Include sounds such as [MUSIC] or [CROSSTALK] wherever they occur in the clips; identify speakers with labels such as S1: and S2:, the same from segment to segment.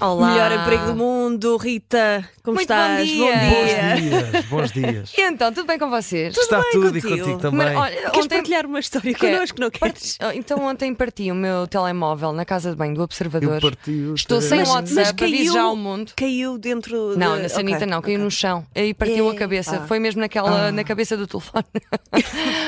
S1: Olá.
S2: Melhor emprego do mundo, Rita. Como
S1: Muito bom
S2: estás?
S1: dia.
S2: dia.
S3: Bons dias, bons dias.
S1: E então, tudo bem com vocês?
S3: Está
S2: bem
S3: tudo e
S2: contigo?
S3: contigo também.
S1: Mas, olha,
S2: Queres
S1: ontem-
S2: partilhar uma história
S1: Quero.
S2: connosco, não queres?
S1: Oh, Então ontem parti o meu telemóvel na casa de banho do Observador.
S3: Eu parti o
S1: Estou sem
S3: telemóvel.
S1: um WhatsApp, aviso já ao mundo.
S2: Caiu dentro
S1: Não,
S2: de...
S1: na Sanita
S2: Eh, Ok.
S1: não, caiu no chão. Aí partiu a
S2: Epá.
S1: cabeça. Foi mesmo naquela, na cabeça do
S2: [LAUGHS]
S1: telefone.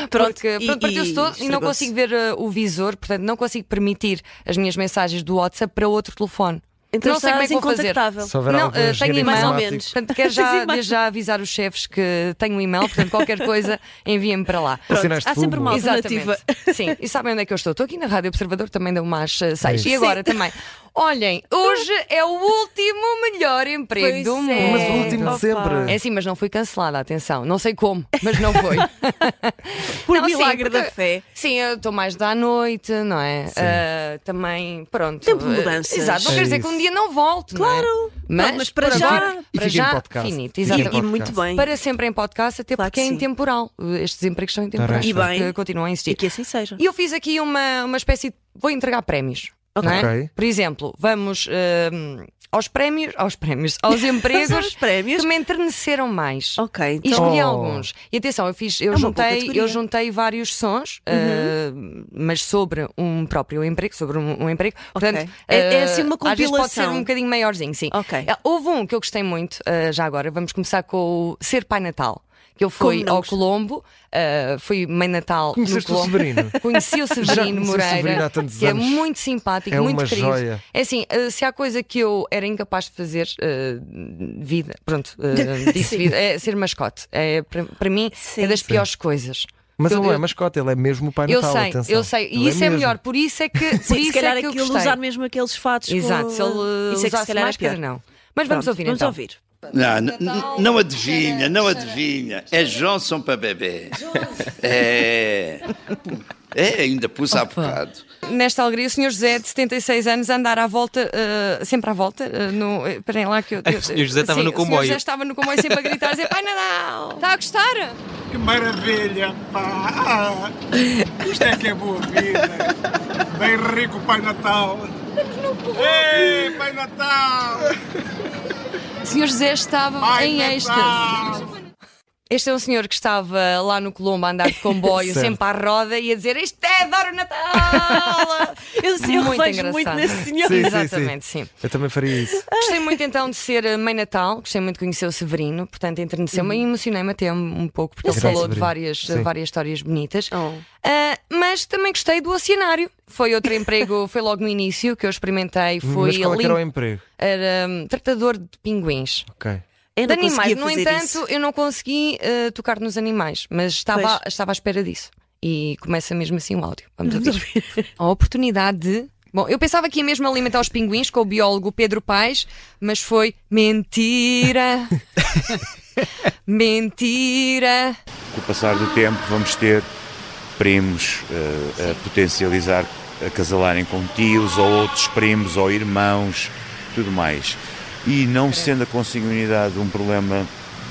S2: Pronto,
S1: Porque,
S2: e-
S1: pronto, partiu-se
S2: e
S1: todo e não
S2: estragou-se.
S1: consigo ver uh, o visor, portanto, não consigo permitir as minhas mensagens do WhatsApp para outro telefone.
S2: Então
S1: não sei como é
S2: estás
S1: que vou fazer.
S2: incontactável.
S3: Se houver
S1: Não,
S3: algum
S1: eh,
S3: engenheiro
S1: tenho
S2: mais ou
S3: informático-
S2: menos.
S1: Portanto, quero
S2: [LAUGHS] Tens
S1: já,
S2: imagem.
S1: desde já avisar os chefes que tenho um e-mail, portanto, qualquer coisa, enviem-me para lá.
S3: Pronto, Sinais de
S2: há sempre
S3: fumo.
S2: uma alternativa.
S1: Exatamente. Sim, e sabem onde é que eu estou? Estou aqui na Rádio Observador, também deu umas eh, seis.
S3: Sim.
S1: E agora também. Olhem, hoje é o último melhor emprego
S2: Pois
S1: do
S2: é.
S1: mundo.
S3: Mas o último
S2: Opa.
S3: de sempre.
S1: É sim, mas não fui cancelada, atenção. Não sei como, mas não
S3: [LAUGHS]
S1: foi.
S2: [LAUGHS] É Por
S1: Não, sim,
S2: milagre
S1: porque-
S2: da fé.
S1: Sim, eu estou mais da noite, não é? Ah, também, pronto.
S2: Tempo de
S1: ah,
S2: mudanças.
S1: Exato, não
S3: É
S1: quer dizer que
S3: isso.
S1: um dia não volto. não é?
S2: Claro.
S1: Mas,
S2: Pronto, mas para
S1: para,
S2: já-
S1: agora,
S3: E
S1: para
S3: fica em
S1: já,
S3: podcast.
S1: finito.
S3: Fica em
S1: Exatamente.
S2: E
S3: podcast.
S2: muito bem.
S1: Para sempre em podcast, até
S2: Claro
S1: porque
S2: que
S1: é
S2: sim.
S1: intemporal. Estes empregos são intemporais.
S3: E
S2: bem.
S1: porque Continuam a existir.
S2: E que assim seja.
S1: E eu fiz aqui uma, uma espécie de. Vou entregar prémios.
S2: Ok.
S1: não é?
S3: Ok.
S1: Por exemplo, vamos hum, aos prémios, aos prémios, aos
S2: [LAUGHS] São os
S1: empregos
S2: prémios.
S1: que me enterneceram mais.
S2: Ok,
S1: E
S2: então.
S1: escolhi
S3: Oh.
S1: alguns. E atenção, eu fiz, eu
S2: É uma boa
S1: juntei,
S2: categoria. Uhum.
S1: eu juntei vários sons, uh, mas sobre um próprio emprego, sobre um, um emprego. Portanto,
S2: É- é
S1: uh,
S2: assim uma
S1: Às vezes pode ser
S2: compilação.
S1: um bocadinho maiorzinho, sim.
S2: Ok.
S1: Ah, Houve um que eu gostei muito, uh, já agora, vamos começar com o Ser Pai Natal. Que eu fui
S2: Como não
S1: ao
S2: gostar?
S1: Colombo, uh, fui Mãe Natal
S3: Conheceste
S1: no
S3: o
S1: Colombo.
S3: Severino?
S1: Conheci o
S3: Já
S1: Severino
S3: conheci o
S1: Moreira,
S3: Severino há tantos
S1: que é
S3: anos.
S1: muito simpático,
S3: É
S1: muito
S3: uma
S1: querido.
S3: joia.
S1: É assim, eh, se há coisa que eu era incapaz de fazer, eh, vida, pronto, eh, disse
S2: Sim.
S1: vida, é ser mascote. É, para- para mim, é
S2: Sim.
S1: das piores coisas.
S3: Mas ele não é
S1: Eu-
S3: mascote, ele é mesmo o Pai
S1: Eu
S3: Natal.
S1: sei,
S3: atenção.
S1: eu sei.
S3: Ele
S1: E isso é,
S3: mesmo.
S1: melhor, por isso é que, por
S2: Sim,
S1: isso
S2: se calhar
S1: é que eu
S2: aquilo
S1: gostei.
S2: usar mesmo aqueles fatos.
S1: Exato,
S2: com...
S1: se ele
S2: Isso é que se
S1: usasse
S2: calhar é
S1: máscara,
S2: pior.
S1: não. Mas
S2: Pronto,
S1: vamos ouvir
S2: Vamos
S1: então.
S2: ouvir.
S4: Não, n- n- não adivinha, não adivinha. É Johnson para bebê. É. É, ainda pus há bocado.
S1: Nesta alegria, o senhor José, de 76 anos, a andar à volta, eh, sempre à volta, eh, no, eh, esperem lá que eu. eu-
S5: É O senhor José estava
S1: Sim,
S5: no
S1: O senhor
S5: comboio.
S1: José estava no comboio sempre a gritar, a dizer Pai Nadal! Está a gostar?
S6: Que maravilha, pá! Ah, isto é que é boa vida! Bem rico, Pai Natal! Ei, Pai Natal!
S1: O senhor José estava
S6: Pai
S1: em êxtase.
S6: Natal!
S1: Este é um senhor que estava lá no Colombo a andar de comboio,
S5: [LAUGHS]
S3: Certo.
S1: sempre à roda, e a dizer: Isto é, adoro o
S5: [LAUGHS]
S1: Natal!
S2: Eu, eu
S1: Muito
S2: revejo
S1: engraçado.
S2: muito nesse senhor.
S3: Sim, sim, sim.
S1: Exatamente, sim.
S3: Eu também faria isso.
S1: Gostei muito então de ser eh, mãe Natal, gostei muito de conhecer o Severino, portanto enterneceu-me e
S3: Uhum.
S1: emocionei-me até um um pouco, porque ele
S3: Sim.
S1: falou de
S3: Severino.
S1: várias,
S3: Sim.
S1: várias histórias bonitas.
S2: Oh.
S1: Ah, mas também gostei do oceanário. Foi outro
S3: [LAUGHS]
S1: emprego, foi logo no início que eu experimentei. Foi
S3: Mas qual é que era o
S1: lim-
S3: emprego?
S1: era, hum, tratador de pinguins
S3: Ok.
S2: Eu
S1: de
S2: não
S1: animais.
S2: conseguia
S1: No
S2: fazer
S1: entanto,
S2: isso.
S1: eu não consegui eh, tocar nos animais, mas estava, estava à espera disso. E começa mesmo assim o áudio. Vamos ouvir. [LAUGHS] a oportunidade de. Bom, eu pensava que ia mesmo alimentar os pinguins com o biólogo Pedro Paes, mas foi
S2: [LAUGHS]
S1: mentira. mentira.
S7: Com o passar do tempo vamos ter primos eh, a potencializar, a casalarem com tios ou outros primos ou irmãos, tudo mais. E não sendo a consanguinidade um problema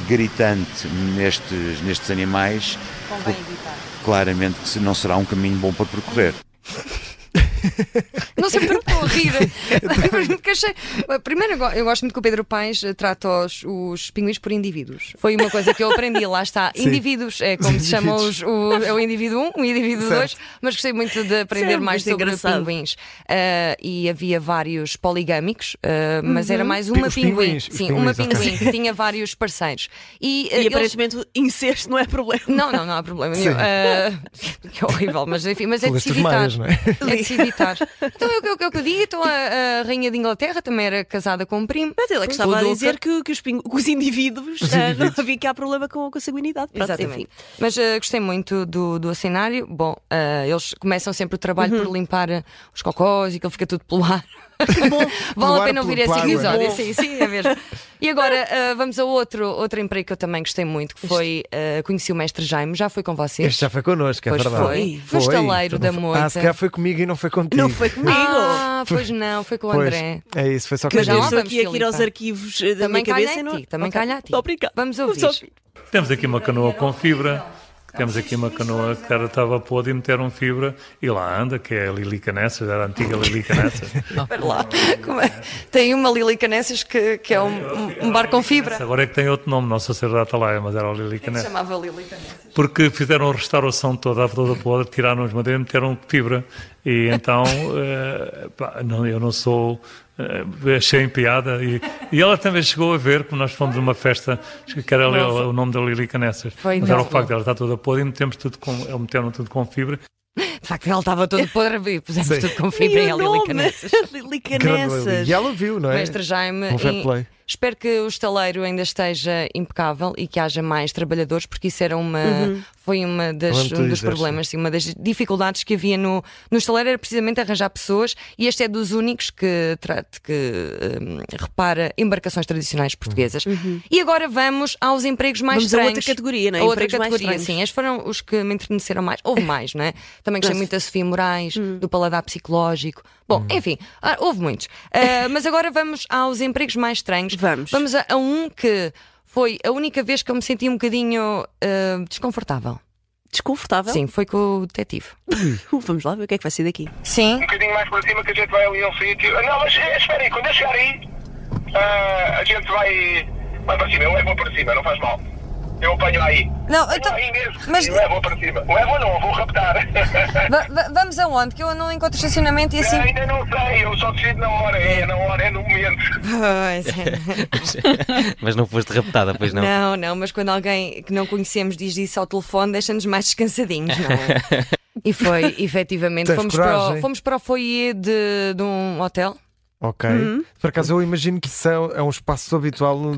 S7: gritante nestes, nestes animais, claramente que se- não será um caminho bom para percorrer.
S1: Não sei porque eu estou a rir.
S3: [LAUGHS]
S1: [LAUGHS] Mas nunca achei- Primeiro, eu go- eu gosto muito que o Pedro Paes eh, trata os, os pinguins por indivíduos. Foi uma coisa que eu aprendi, lá está.
S3: [LAUGHS] Sim.
S1: Indivíduos é como se chamam os, o, é o indivíduo 1, o indivíduo 2, mas gostei muito de aprender
S2: Certo,
S1: mais
S2: isto é
S1: sobre
S2: engraçado.
S1: pinguins. Ah, e havia vários poligâmicos, ah, mas era mais uma
S3: Uhum. Os
S1: pinguim.
S3: pinguins, os
S1: Sim, uma
S3: pinguins, ok.
S1: pinguim que tinha vários parceiros. E, ah,
S2: E
S1: eles-
S2: aparentemente incesto não é problema.
S1: não, não, não há problema nenhum.
S3: Sim.
S1: Ah, [LAUGHS] que é horrível, mas enfim, mas é de se
S3: Leste
S1: evitar.
S3: meias, não é?
S1: É de se evitar. Então é o que- é o que eu pedi. Então a, a rainha de Inglaterra também era casada com um primo.
S2: Mas ele é que
S1: Pronto,
S2: estava
S1: o
S2: a
S1: Duca.
S2: dizer que, que os, pingu- que os
S1: [LAUGHS]
S2: indivíduos,
S3: Os
S2: ah,
S3: indivíduos.
S2: não [LAUGHS] havia que há problema com a consanguinidade. Pronto,
S1: Exatamente.
S2: enfim.
S1: Mas ah, gostei muito do, do cenário. Bom, ah, eles começam sempre o trabalho
S2: Uhum.
S1: por limpar ah, os cocós e que ele fica tudo pelo ar.
S3: Pelo
S1: [LAUGHS] Vale a
S3: ar,
S1: pena
S3: pelo-
S1: ouvir esse
S3: pela água.
S1: episódio.
S2: Bom.
S1: Sim, sim, é mesmo. E agora ah, vamos a outro, outro emprego que eu também gostei muito, que foi ah, conheci o mestre Jaime, já foi com vocês.
S3: Este já foi connosco, é
S1: Pois
S3: verdade.
S1: foi. Foi o estaleiro da
S3: Então não foi-
S1: moita.
S3: Ah, se calhar foi comigo e não foi contigo.
S2: Não foi comigo.
S1: Ah, pois não, foi com o
S3: Pois,
S1: André.
S3: É isso, foi só
S2: Que eu já
S1: Mas
S3: comigo.
S1: lá
S2: estou
S1: vamos,
S2: aqui a ir aos
S1: Filipa.
S2: arquivos eh, da
S1: Também
S2: minha cabeça.
S1: calha a
S2: e não-
S1: ti, também
S2: Ok,
S1: calha a ti.
S2: muito Obrigada.
S1: Vamos ouvir.
S8: Temos aqui uma canoa com fibra que
S1: Tá,
S5: Ficamos aqui uma canoa
S1: é
S5: que
S1: um
S5: cara estava podre e meteram fibra e lá anda, que é a Lili Canessas, era a
S1: [LAUGHS]
S5: antiga Lili Canessas.
S3: Ah,
S1: Espera lá. Como é? Tem uma Lili Canessas que, que é um, um- um bar com fibra.
S5: Agora é que tem outro nome, não sacerdota lá, mas era a Lili
S1: Que se
S5: Canessas.
S1: chamava Lili Canessas.
S5: Porque fizeram a restauração toda, a toda podre, tiraram as madeiras e meteram fibra. E
S1: [LAUGHS]
S5: então, eh, pá, não, eu não sou. eh, achei em piada. E, e ela também chegou a ver, como nós fomos numa festa, que era ali o, o nome da Lili Canessas.
S1: Foi
S5: mas era o
S1: mesmo.
S5: facto dela estar toda podre e metemos tudo com, meteram tudo com fibra.
S1: De facto, ele estava todo podre e pusemos tudo com fibra em
S2: E o
S1: ela, Lili
S2: nome? [LAUGHS]
S1: Canessas.
S2: Lili
S3: Grande Lily.
S2: Canessas.
S3: E ela viu, não é?
S1: Mestre Jaime,
S3: Um fair
S1: e-
S3: play.
S1: espero que o estaleiro ainda esteja impecável e que haja mais trabalhadores, porque isso era uma,
S2: Uhum.
S1: foi uma das,
S3: Lamento
S1: um dos
S3: dizer,
S1: problemas, sim, uma das dificuldades que havia no, no estaleiro era precisamente arranjar pessoas e este é dos únicos que, tra- que hum, repara embarcações tradicionais portuguesas. E agora vamos aos empregos mais
S2: Uhum. Vamos a outra
S1: estranhos.
S2: categoria, não é?
S1: A outra
S2: Empregos mais
S1: categoria,
S2: estranhos.
S1: sim. Estes foram os que me enterneceram mais. Houve mais, não é? Também gostei muito da Sofia Moraes, do Paladar Psicológico. Bom, enfim, ah, houve muitos. Ah, [LAUGHS] mas agora vamos aos empregos mais estranhos.
S2: Vamos.
S1: Vamos a, a um que foi a única vez que eu me senti um bocadinho ah, desconfortável.
S2: Desconfortável.
S1: Sim, foi com o detetive.
S2: Uh, vamos lá ver o que é que vai sair daqui.
S1: Sim.
S8: um bocadinho mais para cima que a gente vai ali a um sítio. Ah, Não, mas eh, espera aí, quando eu chegar aí, ah, a gente vai, vai para cima. Eu levo para cima, não faz mal. Eu apanho aí.
S1: Não,
S8: Apanho
S1: então-
S8: aí mesmo. é
S1: mas-
S8: E levo para cima. Levo não, vou raptar.
S1: vamos aonde? Que eu não encontro estacionamento e
S8: [LAUGHS]
S1: assim
S8: Ainda não sei, eu só decido na hora. É na hora, é no momento.
S9: [LAUGHS] Mas não foste raptada, pois não.
S1: Não, não, mas quando alguém que não conhecemos diz isso ao telefone, deixa-nos mais descansadinhos, não
S9: [LAUGHS]
S1: é? E foi, efetivamente,
S3: Tens
S1: fomos
S3: coragem.
S1: para, o, fomos para o foyer de, de um hotel.
S3: Ok.
S1: Uhum.
S3: Por acaso eu imagino que isso é é um espaço habitual no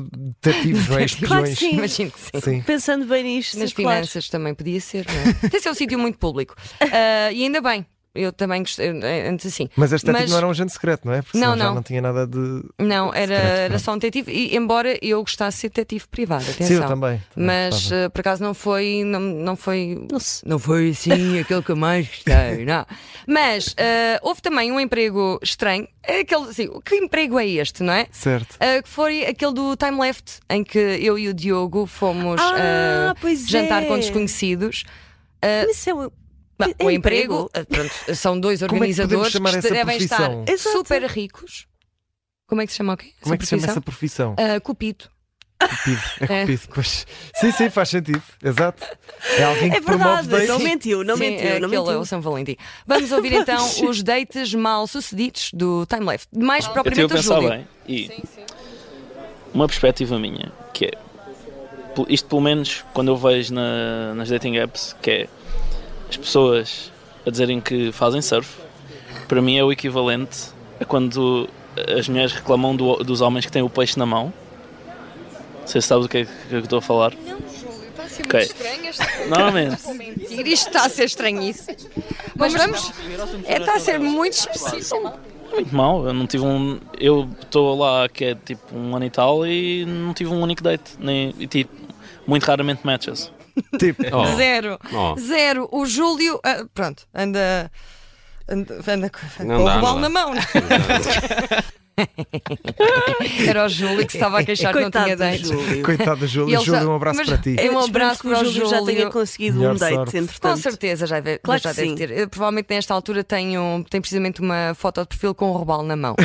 S1: [LAUGHS]
S3: detetive, não é? Espiões.
S2: Claro que sim.
S1: Imagino que sim.
S3: Sim.
S2: Pensando bem nisto,
S1: Nas
S2: sim, claro.
S1: finanças também podia ser, não é? Tem ser um sítio muito público. Ah, e ainda bem, eu também gostei, eh, antes assim.
S3: Mas este detetive
S1: Mas-
S3: não era um agente secreto, não é? Porque
S1: Não,
S3: senão já
S1: não.
S3: não tinha nada de.
S1: Não, era,
S3: Secreto,
S1: era
S3: não.
S1: só um detetive, e embora eu gostasse de ser detetive privado, atenção.
S3: Sim, eu também. também
S1: Mas
S3: gostava.
S1: eh, por acaso não foi, não, não foi
S2: Não sei.
S1: Não foi assim aquele que eu mais gostei, não. Mas eh, houve também um emprego estranho. É Aquele, assim, que emprego é este, não é?
S3: Certo.
S1: Eh, que foi aquele do Time Left, em que eu e o Diogo fomos
S2: Ah,
S1: eh,
S2: pois
S1: jantar
S2: é.
S1: com desconhecidos.
S2: Mas isso é um-
S1: Bom,
S2: É
S1: o emprego,
S2: emprego.
S1: eh, pronto, são dois
S3: Como é que podemos
S1: organizadores
S3: chamar
S1: que
S3: essa
S1: devem estar
S3: profissão?
S2: Exato.
S1: super ricos. Como é que se chama o quê?
S3: Como é que se chama
S1: profissão?
S3: essa profissão?
S1: Eh, Cupido.
S3: Cupido.
S1: [LAUGHS]
S3: É
S1: É.
S3: cupido. Pois- Sim, sim, faz sentido. Exato. É alguém que
S2: É
S3: promove
S2: verdade,
S3: dates.
S2: não mentiu, não
S1: Sim,
S2: mentiu,
S1: é
S2: não
S1: aquele é
S2: mentiu.
S1: o São Valentim. Vamos ouvir
S2: [LAUGHS]
S1: então os dates mal sucedidos do Time Left. Mais
S10: Eu estive a
S1: propriamente o
S10: pensar
S1: Júlio.
S10: bem e uma perspectiva minha, que é pe- isto pelo menos quando eu vejo na- nas dating apps, que é as pessoas a dizerem que fazem surf, para mim é o equivalente a quando as mulheres reclamam do- dos homens que têm o peixe na mão. Não sei se sabes o que é que eu estou a falar. Ok. Normalmente,
S1: Isto está a ser estranhíssimo. Mas vamos. É, está a ser muito específico.
S10: muito mal. Eu não tive um. Eu estou lá que é tipo um ano e tal e não tive um único date. Nem, e tipo, muito raramente matches.
S3: Tipo,
S9: Oh,
S1: Zero.
S9: oh.
S1: Zero. O Júlio. ah, pronto, anda. Anda, anda com
S9: Não
S1: com
S9: dá,
S1: o
S9: não
S1: bal
S9: dá.
S1: na mão. é?
S9: [LAUGHS]
S1: Era o Júlio que se estava a queixar que não
S2: Coitado
S1: tinha
S2: do
S1: dates.
S2: Júlio.
S3: coitado do
S1: E
S3: Júlio.
S1: ele
S3: Júlio,
S1: já-
S3: um abraço
S1: mas
S3: para ti.
S1: é um
S2: Esperemos
S1: abraço
S2: que
S1: para o
S2: o Júlio já tenha
S1: Júlio.
S2: conseguido
S3: Melhor
S2: um date,
S3: sorte.
S1: Com
S2: entretanto.
S1: certeza já, deve,
S2: Claro
S1: já
S2: que
S1: deve
S2: sim.
S1: ter. Eu, provavelmente nesta altura tem, um, tem precisamente uma foto de perfil com um robalo na mão.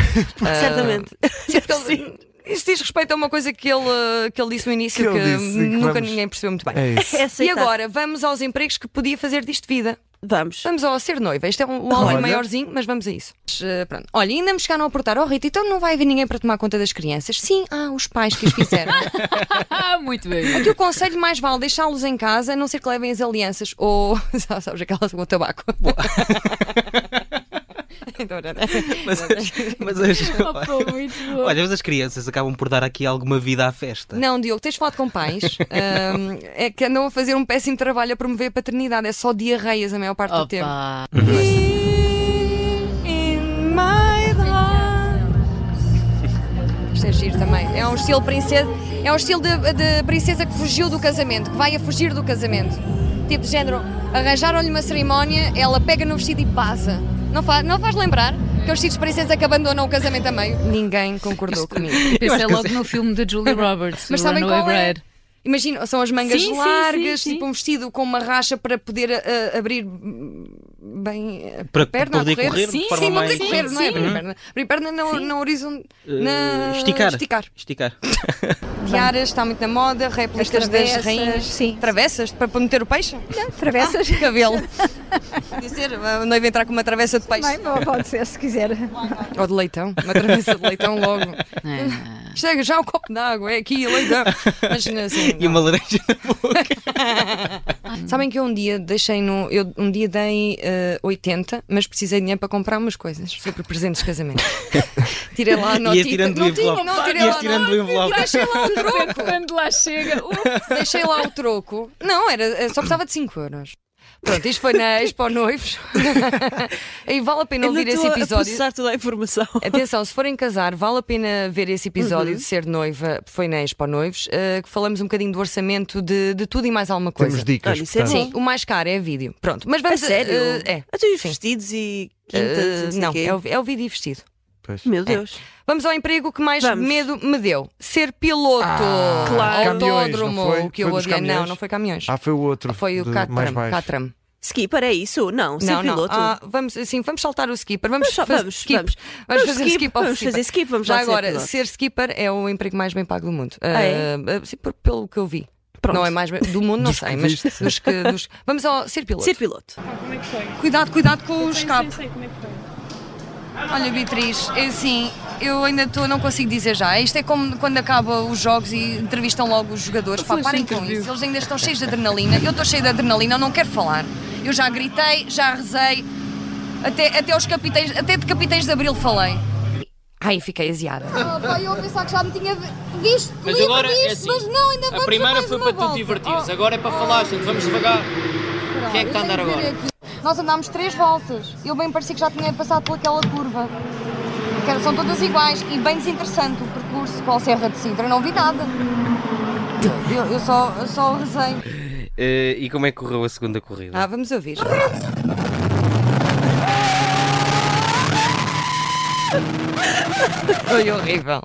S1: Ah,
S2: Certamente.
S1: sim, [LAUGHS] porque ele- Isso diz respeito a uma coisa que ele, ah, que ele disse no início
S3: Que
S1: que,
S3: ele disse e que
S1: nunca
S3: vamos-
S1: ninguém percebeu muito bem.
S3: É isso.
S2: É
S1: E
S2: aceitar.
S1: agora vamos aos empregos que podia fazer disto vida.
S2: Vamos.
S1: Vamos ao ser noiva. Isto é um, um álbum
S3: Olha.
S1: maiorzinho, mas vamos a isso. Mas, eh, pronto. Olha, ainda me chegaram a aportar, oh Rita, então não vai haver ninguém para tomar conta das crianças? Sim, ah, os pais que
S9: [LAUGHS]
S1: as fizeram.
S11: Ah, muito bem.
S1: Aqui o conselho mais vale deixá-los em casa, a não ser que levem as alianças ou. [LAUGHS] Já sabes, aquelas com o tabaco. [LAUGHS] Então, não, não.
S9: Mas, mas as-
S11: Opa, muito bom.
S9: olha, mas as crianças acabam por dar aqui alguma vida à festa.
S1: Não, Diogo, tens falado com pais
S9: [LAUGHS]
S1: ahm, é que andam a fazer um péssimo trabalho a promover a paternidade, é só diarreias a maior parte do tempo.
S11: Opa.
S1: In my heart. Isto é giro também. É um estilo princesa, é um estilo de, de princesa que fugiu do casamento, que vai a fugir do casamento. Tipo de género, arranjaram-lhe uma cerimónia, ela pega no vestido e passa. Não faz, não faz lembrar que é os vestidos de princesa que abandonam o casamento a meio. Ninguém concordou comigo. [LAUGHS]
S11: Pensei logo no filme de Julie Roberts,
S1: Mas
S11: o
S1: sabem
S11: Runaway
S1: qual é?
S11: Bride.
S1: Imagina, são as mangas
S11: Sim, sim,
S1: largas,
S11: sim, sim.
S1: tipo um vestido com uma racha para poder ah, abrir hum, bem a
S10: Para-
S1: perna
S10: para poder
S1: a correr.
S10: correr de
S1: sim,
S10: forma
S1: sim, não
S10: mais-
S1: poder correr, não é?
S10: Sim, sim.
S1: Abrir a perna. Abrir a perna na, na horizon. Na...
S10: Eh, esticar.
S1: Esticar.
S10: Esticar.
S1: [LAUGHS] Tiaras está muito na moda, réplicas
S12: As
S1: das
S12: travessas,
S1: rainhas. Sim. Travessas para para meter o peixe? Não, travessas. [LAUGHS] cabelo. Dizer, a noiva entrar com uma travessa de peixe.
S12: Bem, pode ser, se quiser.
S1: Ou de leitão, uma travessa de leitão logo. Chega já o copo d'água, é aqui, leitão. Mas assim,
S9: [LAUGHS] E uma laranja.
S1: [LAUGHS] Sabem que eu um dia deixei no. Eu um dia dei eh, 80, mas precisei de dinheiro para comprar umas coisas. Foi para presentes
S9: [LAUGHS]
S1: de casamento. Tirei lá a
S9: Ia
S1: notita.
S9: tirando do
S1: não tinha,
S9: envelope.
S1: não, tirei
S9: Ias
S1: lá a
S9: tirando do
S1: notita,
S9: envelope.
S1: Deixei lá um troco.
S11: Quando lá chega,
S1: [LAUGHS] Deixei lá o troco. Não, era, eh, só precisava de 5 euros. Pronto, isto foi na Expo Noivos. [LAUGHS] e vale a
S11: É
S1: pena
S2: Ainda
S1: ouvir esse
S2: estou a
S1: episódio.
S2: processar toda a informação.
S1: Atenção, se forem casar, vale a pena ver esse episódio
S2: Uhum.
S1: de ser noiva, foi na Expo Noivos, eh, que falamos um bocadinho do orçamento de, de tudo e mais alguma coisa.
S3: Temos dicas, Olha, isso é portanto.
S1: Sim,
S3: bom.
S1: o mais caro é vídeo. Pronto, mas vamos.
S2: A sério?
S1: eh, é.
S2: Até os vestidos e quintas.
S1: Eh,
S2: e sei
S1: não,
S2: quê.
S1: é o, é o vídeo e vestido.
S2: Meu
S1: É.
S2: Deus.
S1: Vamos ao emprego que mais
S2: Vamos.
S1: medo me deu. Ser piloto.
S3: Ah, caminhões, não
S1: Autódromo,
S3: foi?
S1: o que
S3: Foi
S1: eu
S3: dos
S1: odiei. Não,
S3: caminhões?
S1: não foi caminhões.
S3: Ah, foi o outro.
S1: Foi o
S3: de-
S1: Catram,
S3: mais baixo.
S1: Catram.
S2: Skipper é isso? Não, ser
S1: não, não.
S2: piloto.
S1: Ah, vamos, assim, vamos saltar o skipper. Vamos,
S2: Vamos só-
S1: fazer
S2: vamos,
S1: skip.
S2: vamos. Vamos
S1: fazer
S2: skip,
S1: skip ao
S2: vamos fazer skip, vamos
S1: Já
S2: lá ser
S1: agora,
S2: piloto.
S1: ser skipper é o emprego mais bem pago do mundo.
S2: Ah, é?
S1: Ah, ah, sim, por- pelo que eu vi. Não é mais bem- do mundo, não
S2: Dos que
S1: sei, mas
S2: viste, sim.
S1: dos que,
S2: [LAUGHS]
S1: dos- vamos ao ser piloto.
S2: Ser piloto.
S1: Cuidado, cuidado com o escape. Olha, Beatriz, eu assim, eu ainda tô, não consigo dizer já. Isto é como quando acaba os jogos e entrevistam logo os jogadores. Pá,
S2: Foi
S1: parem
S2: assim
S1: com
S2: que eu vi.
S1: isso. Eles ainda estão cheios de adrenalina. Eu estou cheia de adrenalina, eu não quero falar. Eu já gritei, já rezei, até, até os capitães, até de capitães de Abril falei. Ai, fiquei aziada.
S13: pai, Ah, eu pensava que já me tinha visto,
S14: Mas agora é assim.
S13: mas não, ainda
S14: A primeira foi para tu divertires,
S13: Oh.
S14: agora é para falar, gente. Vamos devagar. Quem é que está a andar agora?
S13: Nós andámos três voltas. Eu bem parecia que já tinha passado por aquela curva. Que era- são todas iguais e bem desinteressante o percurso com a Serra de Sintra. Eu não vi nada. Eu, eu- eu só, eu só rezei.
S9: Eh, e como é que correu a segunda corrida?
S1: Ah, vamos ouvir. Foi horrível.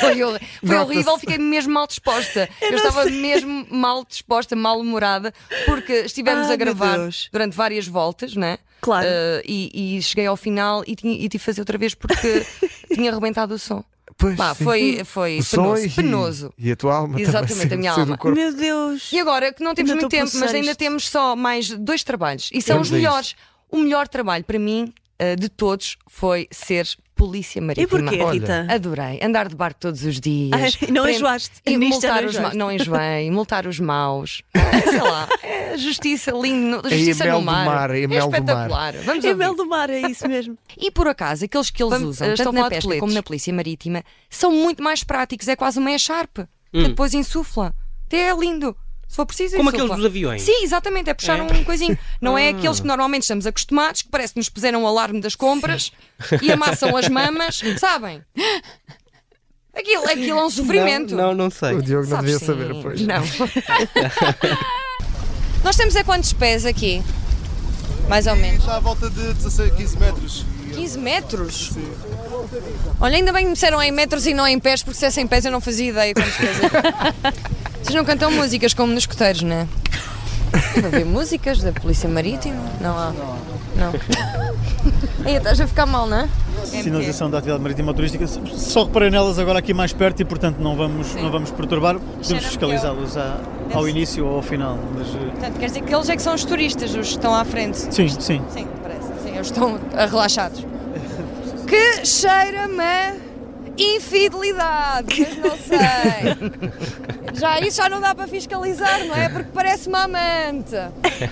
S1: Foi, horri- foi
S2: Nota-se.
S1: horrível, fiquei mesmo mal disposta. Eu, estava mesmo mal disposta, mal-humorada, porque estivemos
S2: Ah,
S1: a
S2: meu
S1: gravar
S2: Deus.
S1: durante várias voltas, né? Claro. e, e cheguei ao final e, tinha, e tive de fazer outra vez porque tinha arrebentado o som.
S3: Pois,
S1: Pá,
S3: sim.
S1: foi, foi
S3: O som é
S1: penoso.
S3: e-
S1: penoso.
S3: E a tua alma
S1: Exatamente,
S3: também,
S1: a minha
S3: saiu do
S1: alma.
S3: corpo.
S1: Deus! E agora que não temos
S2: Ainda
S1: muito
S2: estou a
S1: tempo, mas
S2: processar
S1: ainda
S2: isto.
S1: temos só mais dois trabalhos e são
S2: Vamos
S1: os
S2: a isso.
S1: melhores. O melhor trabalho para mim eh, de todos foi ser polícia marítima.
S2: porquê, Olha. Rita?
S1: Adorei. Andar de barco todos os dias.
S2: Ai, não
S1: Prem-
S2: enjoaste.
S1: E
S2: Nisto já
S1: multar
S2: não
S1: os ma-
S2: enjoaste.
S1: Não enjoei. Multar os maus. Eh, Sei lá. É justiça linda.
S3: É
S1: Justiça
S3: mel
S1: no
S3: do
S1: mar.
S3: mar, é
S1: É
S3: mel do mar.
S1: espetacular. Vamos
S2: É
S1: ouvir.
S2: mel do mar, é isso mesmo.
S1: E por acaso, aqueles que eles
S2: Vamos-
S1: usam,
S2: eh,
S1: tanto
S2: estão a
S1: na
S2: falar de
S1: pesca
S2: coletes.
S1: como na polícia marítima, são muito mais práticos. É quase uma e-sharp que
S9: Hum.
S1: depois insufla. Até é lindo. Se for preciso,
S9: Como
S1: insufla.
S9: aqueles dos aviões.
S1: Sim, exatamente. É puxar
S9: É?
S1: um coisinho. Não é
S9: [LAUGHS] Ah.
S1: aqueles que normalmente estamos acostumados, que parece que nos puseram o alarme das compras e amassam as
S9: [LAUGHS]
S1: mamas, sabem? Aquilo, aquilo é um sofrimento.
S9: Não, não, não sei.
S3: O Diogo não
S1: Sabes
S3: devia
S1: sim.
S3: saber, pois.
S9: [LAUGHS]
S1: Não. Nós temos a quantos pés aqui? Mais ou menos.
S15: Está à volta de 16, 15 metros.
S1: 15 metros? Olha, ainda bem que me disseram em metros e não em pés, porque se fosse em pés eu não fazia ideia como se fazia. Vocês não cantam músicas como nos coteiros, não é? Não havia músicas da Polícia Marítima? Não há. Não. Aí estás a ficar mal, não é?
S16: Sinalização da atividade marítima turística, só reparei nelas agora aqui mais perto e portanto não vamos, não vamos perturbar, podemos fiscalizá-los à- ao início ou ao final. Mas, eh,
S1: Portanto, quer dizer que eles é que são os turistas, os que estão à frente.
S16: sim, sim.
S1: Sim, parece. Sim, eles estão ah, relaxados. Que cheira-me a infidelidade, mas não sei. Já isso já não dá para fiscalizar, não é? Porque parece uma amante.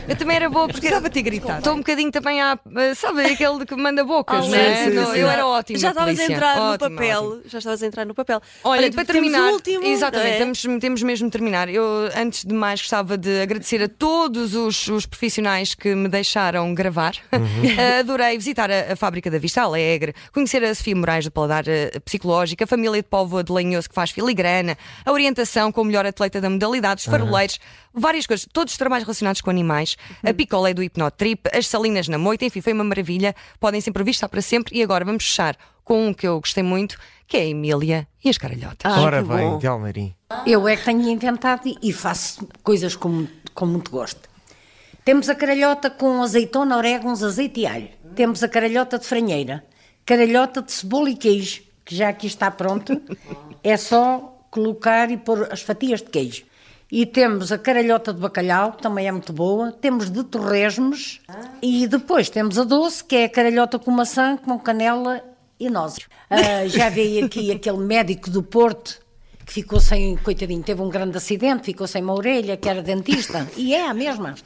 S1: Eu também era boa porque estava a ter gritado. Estou um bocadinho também a sabe, aquele que manda bocas, não é? Não,
S3: assim,
S1: Eu era ótima.
S2: Já estavas a
S1: polícia.
S2: entrar no
S1: Ótima,
S2: papel.
S1: ótima.
S2: Já estavas a entrar no papel.
S1: Olha, e
S2: tu-
S1: para
S2: temos o
S1: terminar,
S2: último,
S1: exatamente,
S2: não é?
S1: temos, temos mesmo de terminar. Eu, antes de mais, gostava de agradecer a todos os, os profissionais que me deixaram gravar. [LAUGHS] Eh, Adorei visitar a, a fábrica da Vista Alegre, conhecer a Sofia Moraes do Paladar eh, Psicológico, a família de Póvoa de Lanhoso que faz filigrana, a orientação com o melhor atleta da modalidade, os
S2: Uhum.
S1: faroleiros, várias coisas, todos os trabalhos relacionados com animais, a picolé do Hipnotrip, as salinas na moita, enfim, foi uma maravilha. Podem sempre visitar para sempre. E agora vamos fechar com um que eu gostei muito, que é a Emília e as Caralhotas.
S3: Ora bem, de Almeirim.
S12: Eu é que tenho inventado e- e faço coisas com, com muito gosto. Temos a caralhota com azeitona, orégãos, azeite e alho. Temos a caralhota de franheira. Caralhota de cebola e queijo, que já aqui está pronto. É só colocar e pôr as fatias de queijo. E temos a caralhota de bacalhau, que também é muito boa. Temos de torresmos. E depois temos a doce, que é a caralhota com maçã, com canela e nozes. Ah, já veio aqui aquele médico do Porto que ficou sem, coitadinho, teve um grande acidente, ficou sem uma orelha, que era dentista, e é a mesma.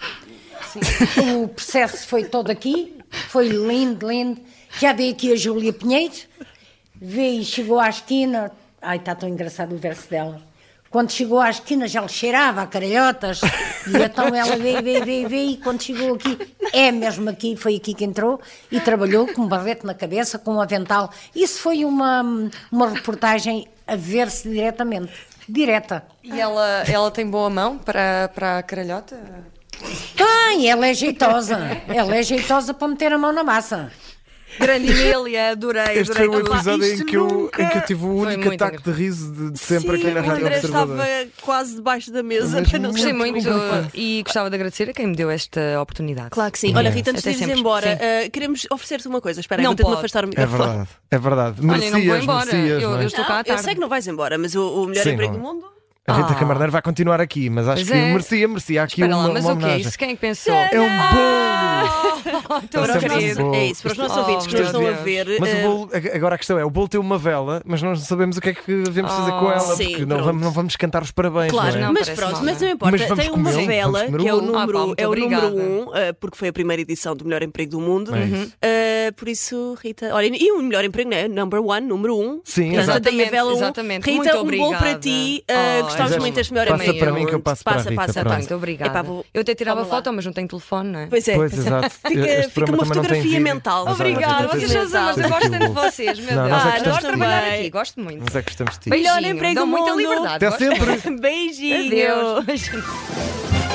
S12: O processo foi todo aqui, foi lindo, lindo. Já veio aqui a Júlia Pinheiro, veio e chegou à esquina, ai está tão engraçado o verso dela. Quando chegou à esquina já lhe cheirava a caralhotas, e então ela veio, veio, veio, veio, e quando chegou aqui, é mesmo aqui, foi aqui que entrou, e trabalhou com um barrete na cabeça, com um avental. Isso foi uma, uma reportagem a ver-se diretamente, direta.
S1: E ela, ela tem boa mão para, para a caralhota?
S12: Tem, ela é jeitosa. Ela é jeitosa para meter a mão na massa.
S1: Grande Emília, adorei,
S3: Este foi um episódio em que, eu,
S1: é
S3: em que eu tive o único ataque de riso de, de sempre aqui na
S2: o
S3: Rádio
S2: André
S3: Observador.
S2: estava [LAUGHS] quase debaixo da mesa. [LAUGHS] para não se
S1: Gostei muito
S2: preocupar.
S1: e gostava de agradecer a quem me deu esta oportunidade.
S2: Claro que sim.
S3: É.
S2: Olha, Rita, antes de irmos embora, ah, queremos oferecer-te uma coisa. Espera aí,
S1: Não
S2: vou ter de me
S1: pode.
S2: afastar o
S3: É
S2: microfone.
S3: verdade, é
S2: Olha,
S3: verdade.
S2: não vou
S3: Mercias,
S2: embora.
S3: Mercias.
S2: Eu-
S3: não é?
S2: eu estou cá à tarde. sei que não vais embora, mas o, o melhor
S3: Sim,
S2: emprego
S3: não.
S2: do mundo.
S3: A Rita
S2: Ah.
S3: Camarneiro vai continuar aqui, mas acho
S1: Pois
S3: que
S1: é.
S3: merecia, merecia. Há aqui
S1: Espera
S3: uma,
S1: lá, mas
S3: uma
S1: o que é
S3: homenagem.
S1: isso? Quem é que pensou?
S3: É um
S1: bolo!
S3: Está
S1: Tão
S3: sempre um
S1: querido.
S3: bolo.
S2: é isso, para os nossos ouvintes que
S3: meu
S2: não estão a
S3: Deus.
S2: ver,
S3: Mas o
S2: eh,
S3: bolo, ag- agora a questão é: o bolo tem uma vela, mas nós não sabemos o que é que devemos fazer
S2: Oh.
S3: com ela,
S2: Sim,
S3: porque não
S2: pronto.
S3: vamos, não vamos cantar os parabéns.
S2: Claro,
S3: não é?
S2: mas pronto, mas não importa.
S3: Mas vamos
S2: tem uma
S3: comer um,
S2: vela
S3: vamos comer
S2: que é o
S3: um.
S1: Ah, pá,
S2: número,
S1: muito
S2: é o número
S1: obrigada. Uhum.
S2: um, eh, porque foi a primeira edição do melhor emprego do mundo.
S3: É isso.
S2: Eh, por isso, Rita, olha, e o melhor emprego, não é? Number one, número um.
S3: Sim,
S2: Portanto,
S3: exato.
S2: tem a vela um.
S1: Exatamente,
S2: Rita,
S1: muito
S2: um bom para
S1: obrigada.
S2: ti. eh,
S1: Oh,
S2: Gostavas
S1: exato.
S2: muito deste melhor
S3: Passa
S2: emprego.
S3: para mim que eu passo para a
S2: Passa,
S3: Rita,
S2: passa,
S3: pronto.
S2: passa.
S1: Muito obrigada.
S2: Epá, vou-
S1: Eu até tirava
S2: Vamos lá.
S1: foto, mas não tenho telefone, não é?
S2: Pois é,
S3: Pois,
S2: pois é.
S3: exato.
S2: Fica-
S3: Este
S2: fica uma
S3: programa também não tem
S2: fotografia
S3: vídeo.
S2: mental.
S3: Exato,
S1: Obrigada,
S3: não é tem
S1: vocês
S3: vídeo.
S1: são os amas, eu
S3: Tem
S1: gosto
S3: aqui o
S1: tanto de
S3: bolo.
S1: vocês, meu
S3: Não,
S1: Deus.
S3: nós é que
S1: Ah, adoro
S3: gostamos de ti.
S1: trabalhar aqui, gosto muito.
S3: Nós é que gostamos de ti.
S1: Beijinho,
S2: Melhor emprego
S1: dão
S2: do
S1: muita
S2: [LAUGHS] mundo.
S1: liberdade.
S3: Até
S1: gosto
S3: sempre.
S1: muito.
S2: Beijinho.
S1: Adeus.